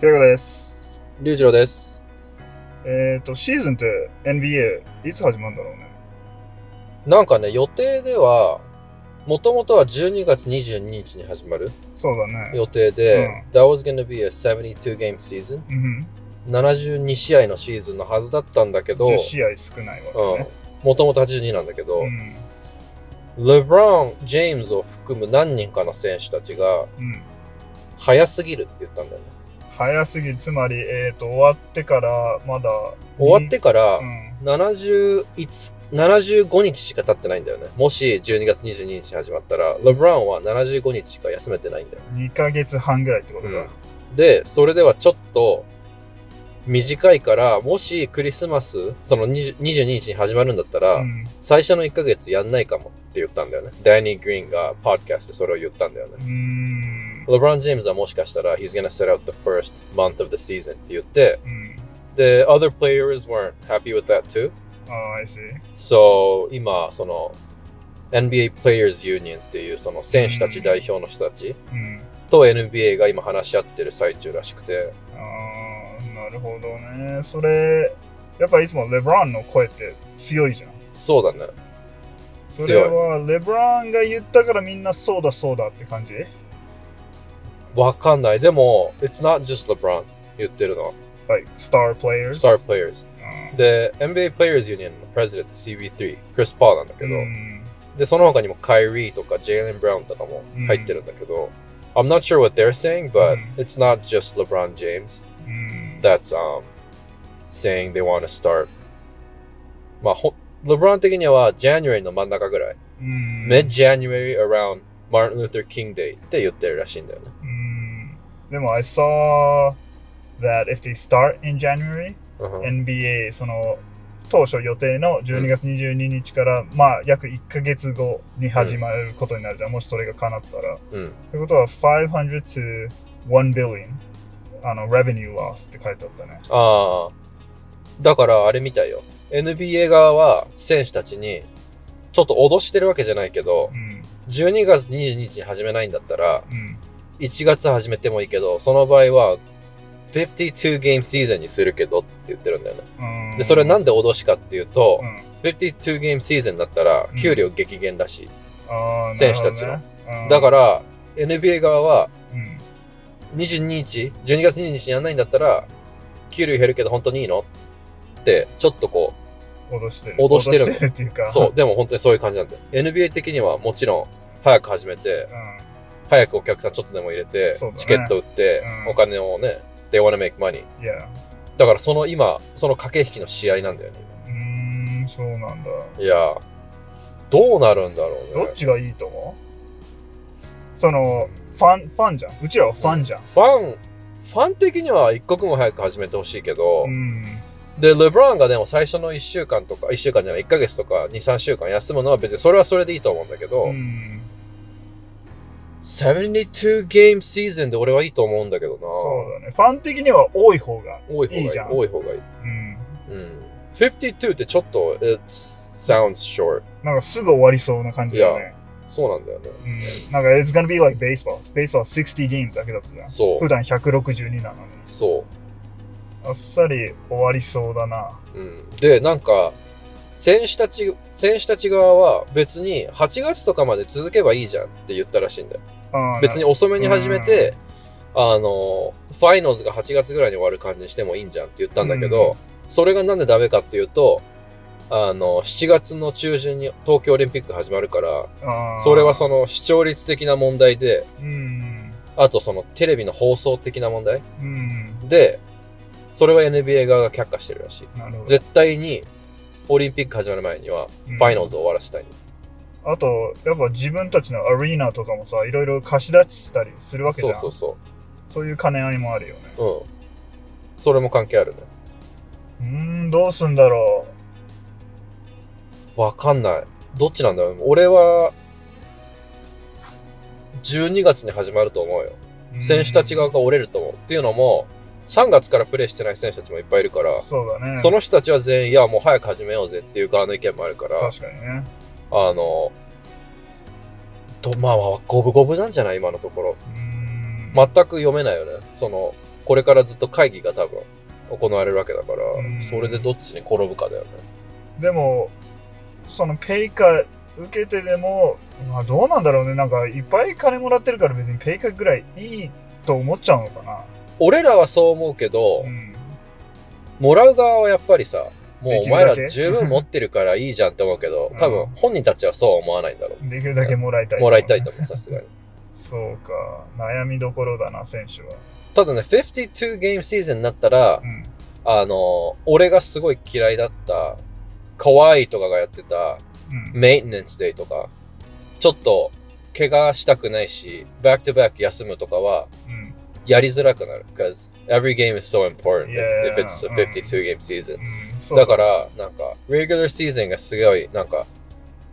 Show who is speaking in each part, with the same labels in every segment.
Speaker 1: ということです。
Speaker 2: 龍二郎です。
Speaker 1: えっ、と、シーズンって NBA いつ始まるんだろうね。
Speaker 2: なんかね、予定では、もともとは12月22日に始まる
Speaker 1: そうだね。
Speaker 2: 予定で、
Speaker 1: うん
Speaker 2: That was gonna be a 72 game season。
Speaker 1: うん
Speaker 2: 72試合のシーズンのはずだったんだけ
Speaker 1: ふ
Speaker 2: ど
Speaker 1: ん。、10試合少ないわけね。
Speaker 2: もともと82なんだけど
Speaker 1: う、ん。
Speaker 2: レブラン・ジェームズを含む何人かの選手たちが、
Speaker 1: うん。
Speaker 2: 早すぎるって言ったんだよね。
Speaker 1: 早すぎ、つまり、えっ、と、終わってから、まだ。
Speaker 2: 終わってから
Speaker 1: う、ん。
Speaker 2: 71 75日しか経ってないんだよね。もし12月22日始まったら、レブランは75日しか休めてないんだよ。
Speaker 1: 2ヶ月半ぐらいってことか。
Speaker 2: で、それではちょっと短いから、もしクリスマス、その20 22日に始まるんだったら、
Speaker 1: うん。
Speaker 2: 最初の1ヶ月やんないかもって言ったんだよね。ダニー・グリーンがパッドキャストでそれを言ったんだよね
Speaker 1: う。ん。
Speaker 2: レブラン・ジェームズはもしかしたら、he's gonna set out the first month of the season って言って、
Speaker 1: うん。
Speaker 2: で、other players weren't happy with that too.
Speaker 1: ああ、I see.
Speaker 2: So, 今、その、NBA Players Union っていうその選手たち代表の人たち
Speaker 1: うん。
Speaker 2: と NBA が今話し合ってる最中らしくて、
Speaker 1: ああ、なるほどね。それ、やっぱいつもレブランの声って強いじゃん。
Speaker 2: そうだね。
Speaker 1: それは、レブランが言ったからみんなそうだそうだって感じ
Speaker 2: わかんない。でも、It's not just LeBron 言ってるの。
Speaker 1: like star players.
Speaker 2: Star Players。
Speaker 1: うん
Speaker 2: で、NBA Players Union の President CB3、クリス・パーなんだけど、
Speaker 1: うん
Speaker 2: で、その他にもカイリーとかジェイレン・ブラウンとかも入ってるんだけど、I'm not sure what they're saying, but
Speaker 1: うん
Speaker 2: it's not just LeBron James
Speaker 1: うん
Speaker 2: that's um, saying they want to start. まあ、ほレブラン的には January の真ん中ぐらい。
Speaker 1: うん
Speaker 2: Mid-January around Martin Luther King Day って言ってるらしいんだよね。
Speaker 1: うんでも I saw that if they start in January
Speaker 2: うん
Speaker 1: NBA その当初予定の12月22日から、まあ約1ヶ月後に始まることになるじゃん、もしそれが叶ったら。っ
Speaker 2: うん。
Speaker 1: てことは500 to 1 billion あの revenue loss って書いてあったね。
Speaker 2: ああ。だからあれみたいよ。NBA 側は選手たちに、ちょっと脅してるわけじゃないけど
Speaker 1: う、ん
Speaker 2: 12月22日に始めないんだったら、
Speaker 1: うん
Speaker 2: 1月始めてもいいけど、その場合は、52 game season にするけどって言ってるんだよね。
Speaker 1: うん
Speaker 2: で、それなんで脅しかっていうと
Speaker 1: う、ん
Speaker 2: 52 game season になったら
Speaker 1: う、ん
Speaker 2: 給料激減らしい。
Speaker 1: あー
Speaker 2: 選手たち
Speaker 1: なるほ
Speaker 2: の
Speaker 1: どねうん
Speaker 2: だから、NBA 側は、
Speaker 1: うん
Speaker 2: 22日、12月22日にやんないんだったら、給料減るけど本当にいいのって、ちょっとこう、
Speaker 1: 脅してる。
Speaker 2: 脅してる
Speaker 1: 脅してるっていうか。
Speaker 2: そう、でも本当にそういう感じなんだよ。NBA 的にはもちろん、早く始めて
Speaker 1: う、ん。
Speaker 2: 早くお客さんちょっとでも入れて、
Speaker 1: そうだね
Speaker 2: チケット売って、
Speaker 1: うん
Speaker 2: お金をね、they wanna make money。
Speaker 1: いや。
Speaker 2: だからその今、その駆け引きの試合なんだよね。
Speaker 1: うーん、そうなんだ。
Speaker 2: いやー、どうなるんだろう
Speaker 1: ど
Speaker 2: ね
Speaker 1: っ。ちがいいと思うその、ファン、ファンじゃん。うちらはファンじゃん。
Speaker 2: ファン、ファン的には一刻も早く始めてほしいけど、
Speaker 1: うん。
Speaker 2: で、レブランがでも最初の1週間とか、1週間じゃない、1ヶ月とか2、3週間休むのは別にそれはそれでいいと思うんだけど、
Speaker 1: うん。
Speaker 2: 72ゲームシーズンで俺はいいと思うんだけどな。
Speaker 1: そうだね。ファン的には多い方が。
Speaker 2: 多い方がいい。
Speaker 1: いいじゃん
Speaker 2: 多い方がいい。
Speaker 1: うん。
Speaker 2: うん。52ってちょっと、it sounds short.
Speaker 1: なんかすぐ終わりそうな感じだよね。
Speaker 2: そうなんだよね。
Speaker 1: うん。なんか、it's gonna be like baseball. baseball 60 games だけだったじゃん。
Speaker 2: そ
Speaker 1: 普
Speaker 2: う。
Speaker 1: 段162なのに。
Speaker 2: そ
Speaker 1: あっさり終わりそうだな。
Speaker 2: う。うん。で、なんか、選手たち、選手たち側は別に8月とかまで続けばいいじゃんって言ったらしいんだよ。
Speaker 1: あー
Speaker 2: 別に。遅めに始めて、あの、ファイナルズが8月ぐらいに終わる感じにしてもいいんじゃんって言ったんだけど、それがなんでダメかっていうと、あの、7月の中旬に東京オリンピック始まるから、
Speaker 1: あー
Speaker 2: それはその視聴率的な問題で、
Speaker 1: うん。
Speaker 2: あとそのテレビの放送的な問題
Speaker 1: うん。
Speaker 2: で、それは NBA 側が却下してるらしい。
Speaker 1: なるほど。
Speaker 2: 絶対にオリンピック始まる前には、
Speaker 1: うん
Speaker 2: ファイナルズを終わらせたい。
Speaker 1: あと、やっぱ自分たちのアリーナとかもさ、いろいろ貸し出したりするわけじ
Speaker 2: そ
Speaker 1: ゃ。
Speaker 2: うんそうそ
Speaker 1: そういう兼ね合いもあるよね。
Speaker 2: う。うん。それも関係あるね。
Speaker 1: うーん、どうすんだろ
Speaker 2: わかんない。どっちなんだろう俺は、12月に始まると思うよ。
Speaker 1: う。
Speaker 2: 選手たち側
Speaker 1: が。
Speaker 2: が折れると思う。っていうのも、3月からプレーしてない選手たちもいっぱいいるから、
Speaker 1: そうだね。
Speaker 2: その人たちは全員、いや、もう早く始めようぜっていう側の意見もあるから、
Speaker 1: 確かにね。
Speaker 2: あの、と、まあ、五分五分なんじゃない今のところ。
Speaker 1: うーん。
Speaker 2: 全く読めないよね。その、これからずっと会議が多分行われるわけだから、
Speaker 1: うん
Speaker 2: それでどっちに転ぶかだよね。
Speaker 1: でも、そのペイカ受けてでも、まあどうなんだろうね。なんかいっぱい金もらってるから別にペイカぐらいいいと思っちゃうのかな。
Speaker 2: 俺らはそう思うけど、
Speaker 1: うん。
Speaker 2: もらう側はやっぱりさ、もう
Speaker 1: で
Speaker 2: お
Speaker 1: きる
Speaker 2: 前
Speaker 1: だけ
Speaker 2: ら十分持ってるからいいじゃんって思うけど
Speaker 1: う、ん
Speaker 2: 多分本人たちはそうは思わないんだろ
Speaker 1: できるだけもらいたい、
Speaker 2: う。もらいたい。と思う、さすがに。
Speaker 1: そうか。悩みどころだな、選手は。
Speaker 2: ただね、52ゲームシーズンになったら
Speaker 1: う、ん。
Speaker 2: あの、俺がすごい嫌いだった、可愛いとかがやってた、
Speaker 1: うん。
Speaker 2: メンテナンスデイとか、ちょっと、怪我したくないし、バックトバック休むとかは、
Speaker 1: うん。
Speaker 2: やりづらくなる。because every game is so important
Speaker 1: Yeah,
Speaker 2: if, if it's a
Speaker 1: うん
Speaker 2: 52 game season.
Speaker 1: うん、そう
Speaker 2: だから、なんか、regular season がすごい、なんか、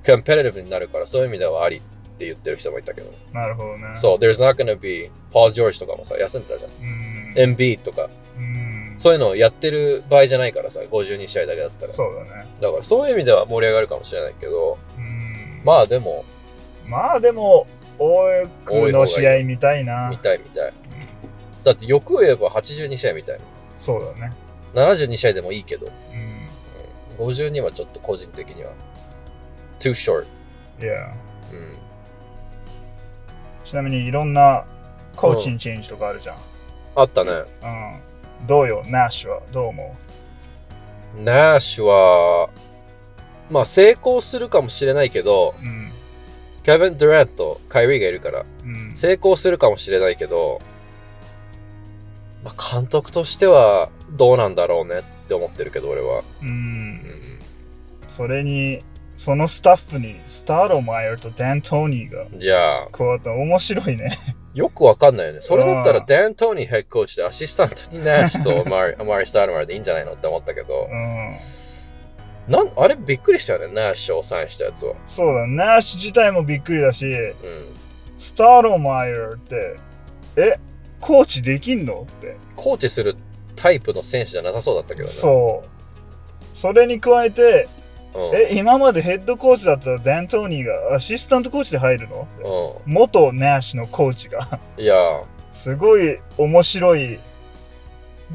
Speaker 2: competitive になるから、そういう意味ではありって言ってる人もいたけど。
Speaker 1: なるほどね。
Speaker 2: そう、there's not gonna be Paul George とかもさ、休んでたじゃん。
Speaker 1: う。うん。
Speaker 2: MB とか、
Speaker 1: うん。
Speaker 2: そういうのをやってる場合じゃないからさ、52試合だけだったら。
Speaker 1: そうだね。
Speaker 2: だから、そういう意味では盛り上がるかもしれないけど、
Speaker 1: うん。
Speaker 2: まあでも、
Speaker 1: まあでも、多くの試合見たいな。
Speaker 2: 見たい見たい。だって、欲を言えば82試合みたい
Speaker 1: そうだね。
Speaker 2: な。72試合でもいいけど、
Speaker 1: うん。
Speaker 2: うん、52はちょっと個人的には、too short。
Speaker 1: いや。
Speaker 2: うん。
Speaker 1: ちなみにいろんなコーチンチェンジとかあるじゃん。
Speaker 2: あったね。
Speaker 1: うん。どうよ、ナッシュは。どう思
Speaker 2: ナーシュは、まあ成功するかもしれないけど
Speaker 1: う、うん。
Speaker 2: ケビン・ドゥラント、カイリーがいるから、
Speaker 1: うん。
Speaker 2: 成功するかもしれないけど、まあ監督としてはどうなんだろうねって思ってるけど、俺は。
Speaker 1: う。
Speaker 2: うんん
Speaker 1: それに、そのスタッフに、スターロマイヤーとダン・トニーが
Speaker 2: じゃあ、
Speaker 1: 加わった面白いね。
Speaker 2: よくわかんないよね。それだったら
Speaker 1: うん
Speaker 2: ダン・トニーヘッドコーチでアシスタントにナーシ ュとマリマリスタールマルでいいんじゃないのって思ったけど
Speaker 1: う、ん。
Speaker 2: なんあれびっくりしたよね、ナーシュをサインしたやつは。
Speaker 1: そうだ、ナッシュ自体もびっくりだし、
Speaker 2: うん。
Speaker 1: スターロマイヤーって、え、コーチできんのって。
Speaker 2: コーチするタイプの選手じゃなさそうだったけどね。
Speaker 1: そう。それに加えて、
Speaker 2: うん。
Speaker 1: え、今までヘッドコーチだったダン・トニーがアシスタントコーチで入るのって
Speaker 2: うん。
Speaker 1: 元ナッシュのコーチが、
Speaker 2: いやー
Speaker 1: すごい面白い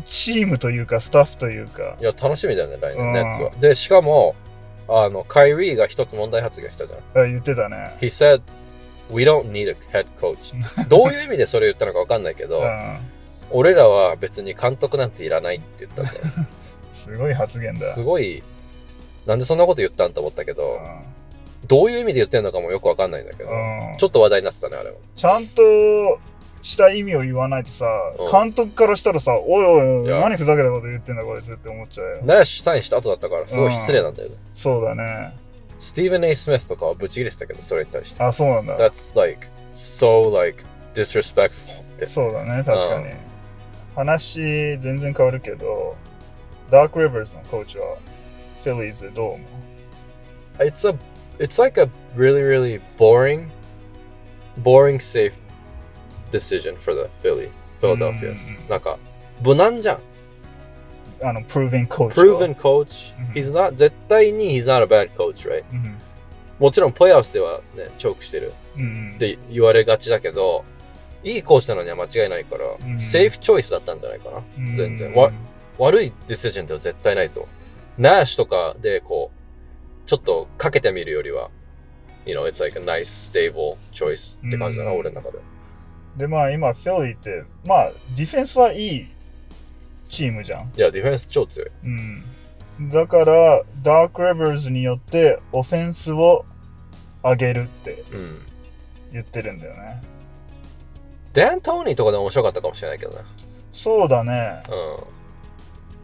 Speaker 1: チームというか、スタッフというか、
Speaker 2: いや、楽しみだよね、来
Speaker 1: う
Speaker 2: 年
Speaker 1: ん
Speaker 2: ネッツは。で、しかも、あの、カイリーが一つ問題発言したじゃ
Speaker 1: あ
Speaker 2: ん。
Speaker 1: 言ってたね。
Speaker 2: He said, we don't need a head coach. どういう意味でそれ言ったのか分かんないけ
Speaker 1: う
Speaker 2: ど、
Speaker 1: ん。
Speaker 2: 俺らは別に監督なんていらないって言ったんだよ
Speaker 1: すごい発言だ。
Speaker 2: すごい、なんでそんなこと言ったんと思ったけ
Speaker 1: う
Speaker 2: ど、
Speaker 1: ん
Speaker 2: どういう意味で言ってんのかもよく分かんないんだけど、
Speaker 1: うん
Speaker 2: ちょっと話題になってたね、あれは。
Speaker 1: ちゃんとした意味を言わないとさ、
Speaker 2: うん
Speaker 1: 監督からしたらさ、おいおいおい
Speaker 2: いや
Speaker 1: 何ふざけたこと言ってんだこいつって思っちゃうよ。
Speaker 2: ナヤシサインした後だったから、すごい失礼なんだよね。
Speaker 1: そうだね。
Speaker 2: スティーブン・エイ・スミスとかはブチ切れてたけど、それに対して。
Speaker 1: あ、そうなんだ。
Speaker 2: That's like, so like, disrespectful って。
Speaker 1: そうだね、確かに。話全然変わるけど、ダーク・リバーズのコーチは、フィリーズでどう思う
Speaker 2: it's a it's like a really really boring boring safe decision for the Philly Philadelphia's
Speaker 1: うん。
Speaker 2: なんか無難じゃん
Speaker 1: あの、プルーヴンコーチ。
Speaker 2: proven coach
Speaker 1: うん
Speaker 2: he's not 絶対に he's not a bad coach right
Speaker 1: うん。
Speaker 2: もちろんプレーオフではねチョークしてる
Speaker 1: うん
Speaker 2: っ。て言われがちだけどいいコーチなのには間違いないから、
Speaker 1: ん
Speaker 2: セーフチョイスだったんじゃないかな
Speaker 1: うん
Speaker 2: 全然わ悪いディシジョンでは絶対ないと。ナーシュとかでこう、ちょっとかけてみるよりは、you know, it's like a nice, stable choice って感じだな、
Speaker 1: うん
Speaker 2: 俺の中で。
Speaker 1: で、まあ今、フィリーって、まあ、ディフェンスはいいチームじゃん。
Speaker 2: いや、ディフェンス超強い。
Speaker 1: うん。だから、ダーク・レバーズによって、オフェンスを上げるって
Speaker 2: うん。
Speaker 1: 言ってるんだよね。
Speaker 2: ダン・トーニーとかでも面白かったかもしれないけどね。
Speaker 1: そうだね。
Speaker 2: うん。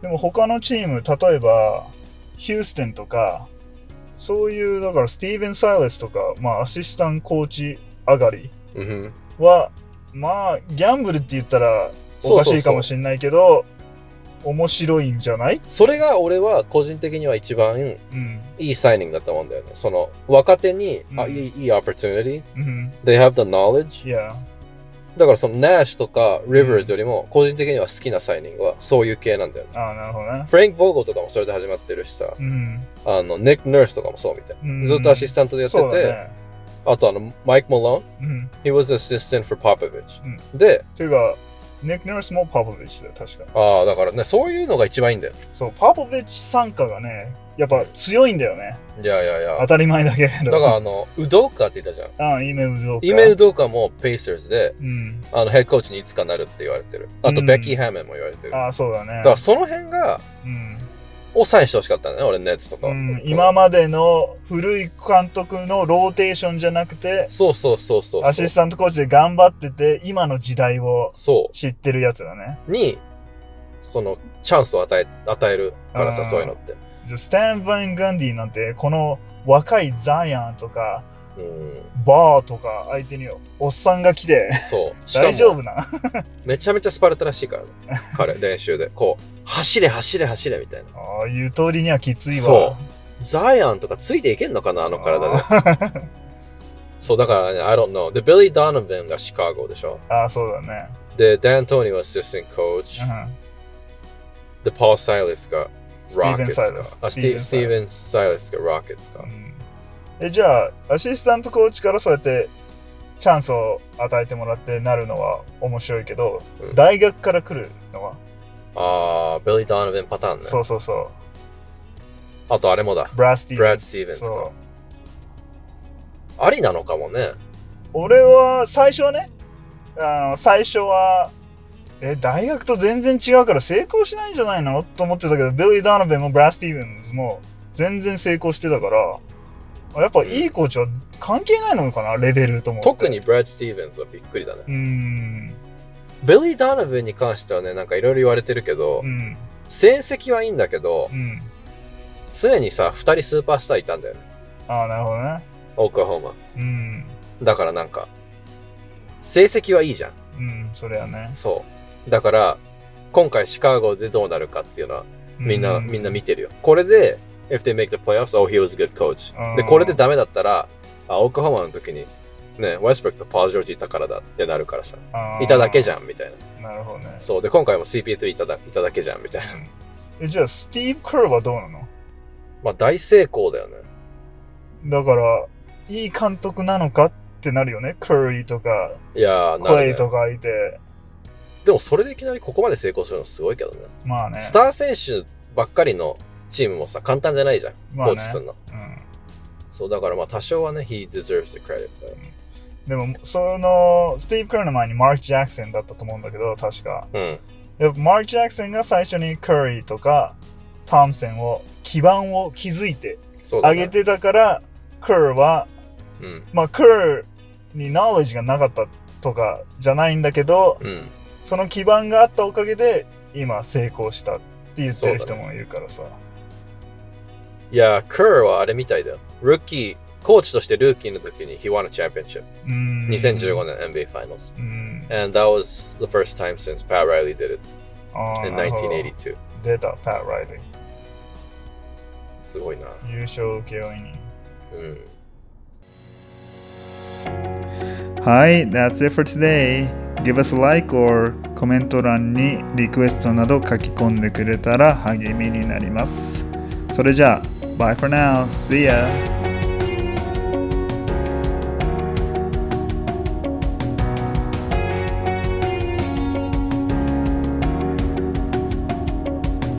Speaker 1: でも他のチーム、例えば、ヒューステンとか、そういう、だから、スティーブン・サイレスとか、まあ、アシスタントコーチ上がり
Speaker 2: うんふん、
Speaker 1: は、まあ、ギャンブルって言ったら、お
Speaker 2: そうそ
Speaker 1: かし
Speaker 2: うそう
Speaker 1: いかもしれないけど、面白いんじゃない
Speaker 2: それが俺は個人的には一番
Speaker 1: うん。
Speaker 2: いいサイニングだと思うんだよね。その若手に、あ
Speaker 1: うん
Speaker 2: いいいい opportunity、
Speaker 1: うん。
Speaker 2: they have the knowledge。
Speaker 1: いや、
Speaker 2: だからそのナーシュとか Rivers よりも個人的には好きなサイニングはそういう系なんだよね。
Speaker 1: ああ、なるほどね。
Speaker 2: フレンク・ボーゴとかもそれで始まってるしさ。
Speaker 1: うん。
Speaker 2: あの、ネック・ナースとかもそうみたい
Speaker 1: うん
Speaker 2: な。ずっとアシスタントでやって
Speaker 1: そうだ
Speaker 2: て、
Speaker 1: ね。
Speaker 2: あとあの、マイク・モローン、
Speaker 1: うん。
Speaker 2: he was assistant for Popovich
Speaker 1: う。
Speaker 2: で、
Speaker 1: ていうか、 Nick Nurse もパポビッチだよ、確か。
Speaker 2: ああ、だからね、そういうのが一番いいんだよ。
Speaker 1: そう、パポビッチ参加がね、やっぱ強いんだよね。
Speaker 2: いやいやいや。
Speaker 1: 当たり前だけど。
Speaker 2: だからあの、ウドーカーって言ったじゃ ん。
Speaker 1: ら、うん、イメウドか
Speaker 2: イメウドーカーもペイスターズで、
Speaker 1: うん。
Speaker 2: あの、ヘッドコーチにいつかなるって言われてる。あと、
Speaker 1: うん
Speaker 2: ベッキー・ハーメンも言われてる。だ
Speaker 1: ああ、そうだね
Speaker 2: か。らその辺が、
Speaker 1: うん。
Speaker 2: 抑えしてほしかったね、俺、ネッツとか。
Speaker 1: うん、今までの古い監督のローテーションじゃなくて、
Speaker 2: そうそうそうそうそう。
Speaker 1: アシスタントコーチで頑張ってて、今の時代を
Speaker 2: そ
Speaker 1: 知ってるやつだね。
Speaker 2: う。に、その、チャンスを与え、与えるから
Speaker 1: あー
Speaker 2: さ、そういうのって。
Speaker 1: でスタン・バン・ガンディなんて、この若いザイアンとか、
Speaker 2: うん。
Speaker 1: バーとか相手におっさんが来て、
Speaker 2: そう。しかも
Speaker 1: 大丈夫な
Speaker 2: めちゃめちゃスパルタら しいからね。彼、練習で。こう、走れ、走れ、走れ、みたいな。
Speaker 1: ああ、言う通りにはきついわ。
Speaker 2: そザイアンとかついていけんのかな、あの 体で。
Speaker 1: で。
Speaker 2: そう、だからね、I don't know. で、ビリー・ドノヴンがシカゴでしょ。
Speaker 1: ああ、そうだね。
Speaker 2: で、ダン・トニーはアシスタントコーチ
Speaker 1: う。ん
Speaker 2: で、パー・サイレスが、
Speaker 1: スティー
Speaker 2: ロケ
Speaker 1: ブン
Speaker 2: ッツ
Speaker 1: サイラ
Speaker 2: か
Speaker 1: ス。
Speaker 2: あ、スティ
Speaker 1: ス
Speaker 2: ス
Speaker 1: ティ
Speaker 2: テ
Speaker 1: ー
Speaker 2: ィーブン・サイレスが、ロケッツか
Speaker 1: う。んえじゃあアシスタントコーチからそうやってチャンスを与えてもらってなるのは面白いけど、
Speaker 2: うん
Speaker 1: 大学から来るのは、
Speaker 2: あー、ビリー・ドノヴンパターンね。
Speaker 1: そうそうそ
Speaker 2: あと、あれもだ
Speaker 1: う。ブラスティ
Speaker 2: ブラッド・スティーブンズ
Speaker 1: そ
Speaker 2: か
Speaker 1: う。
Speaker 2: ありなのかもね。
Speaker 1: 俺は最初はねあの最初はえ大学と全然違うから成功しないんじゃないのと思ってたけどビリー・ダーノベンもブラス・スティーブンズも全然成功してたからあやっぱいいコーチは関係ないのかなレベルと思って
Speaker 2: 特にブラッド・スティーブンズはびっくりだね。
Speaker 1: うーん
Speaker 2: ビリー・ドノヴンに関してはね、なんかいろいろ言われてるけど
Speaker 1: う、ん
Speaker 2: 成績はいいんだけど
Speaker 1: う、ん
Speaker 2: 常にさ、二人スーパースターいたんだよね。
Speaker 1: ああなるほどね
Speaker 2: オクラホーマ。
Speaker 1: うん
Speaker 2: だからなんか、成績はいいじゃん。
Speaker 1: うん、それはね。
Speaker 2: そう。だから、今回シカゴでどうなるかっていうのは、みんな、
Speaker 1: う
Speaker 2: みんな見てるよ。これで、if they make the playoffs, oh, he was a good coach.
Speaker 1: うん
Speaker 2: で、これでダメだったら、あ、オクラホーマの時に、ね、ウェストブルックとパージョージいたからだってなるからさ、いただけじゃん、みたいな。
Speaker 1: ん。なるほどね。
Speaker 2: そう。で、今回も CP2 いただいただけじゃん、みたいな。
Speaker 1: えじゃあ、スティーブ・カーはどうなの
Speaker 2: まあ、大成功だよね。
Speaker 1: だから、いい監督なのかってなるよね。カーリーとか、
Speaker 2: いやー、な
Speaker 1: クレ
Speaker 2: る
Speaker 1: イ
Speaker 2: ね
Speaker 1: とかいて。
Speaker 2: でもそれでいきなりここまで成功するのすごいけどね。
Speaker 1: まあね。
Speaker 2: スター選手ばっかりのチームもさ、簡単じゃないじゃん。
Speaker 1: ま
Speaker 2: コ
Speaker 1: あ
Speaker 2: ー
Speaker 1: ね
Speaker 2: チするの。
Speaker 1: うん
Speaker 2: そう、だからまあ多少はね、he deserves the credit. だよ
Speaker 1: でも、その、スティーブ・カーの前にマーク・ジャクソンだったと思うんだけど、確か。
Speaker 2: うん。
Speaker 1: でマーク・ジャクソンが最初にカーリーとか、タムセンを、基盤を築いて
Speaker 2: そうだ
Speaker 1: あ
Speaker 2: ね。
Speaker 1: げてたから、カーは
Speaker 2: うん。
Speaker 1: まあ、クーにナレッジがなかったとかじゃないんだけど、
Speaker 2: うん。
Speaker 1: その基盤があったおかげで、今成功したって言ってる人もいるからさ。
Speaker 2: いやー、クーはあれみたいだよ。ルーキー、コーチとしてルーキーの時に he won a championship.
Speaker 1: うーん
Speaker 2: 2015年 NBA Finals.
Speaker 1: うん。
Speaker 2: And that was the first time since Pat Riley did it
Speaker 1: あー
Speaker 2: in
Speaker 1: なるほど
Speaker 2: 1982.
Speaker 1: 出た、パッ・ライデン。
Speaker 2: すごいな。
Speaker 1: 優勝請負人。
Speaker 2: うん。
Speaker 1: はい、That's it for today. Give us a like or コメント欄にリクエストなど書き込んでくれたら励みになります。それじゃあ、Bye for now. See ya!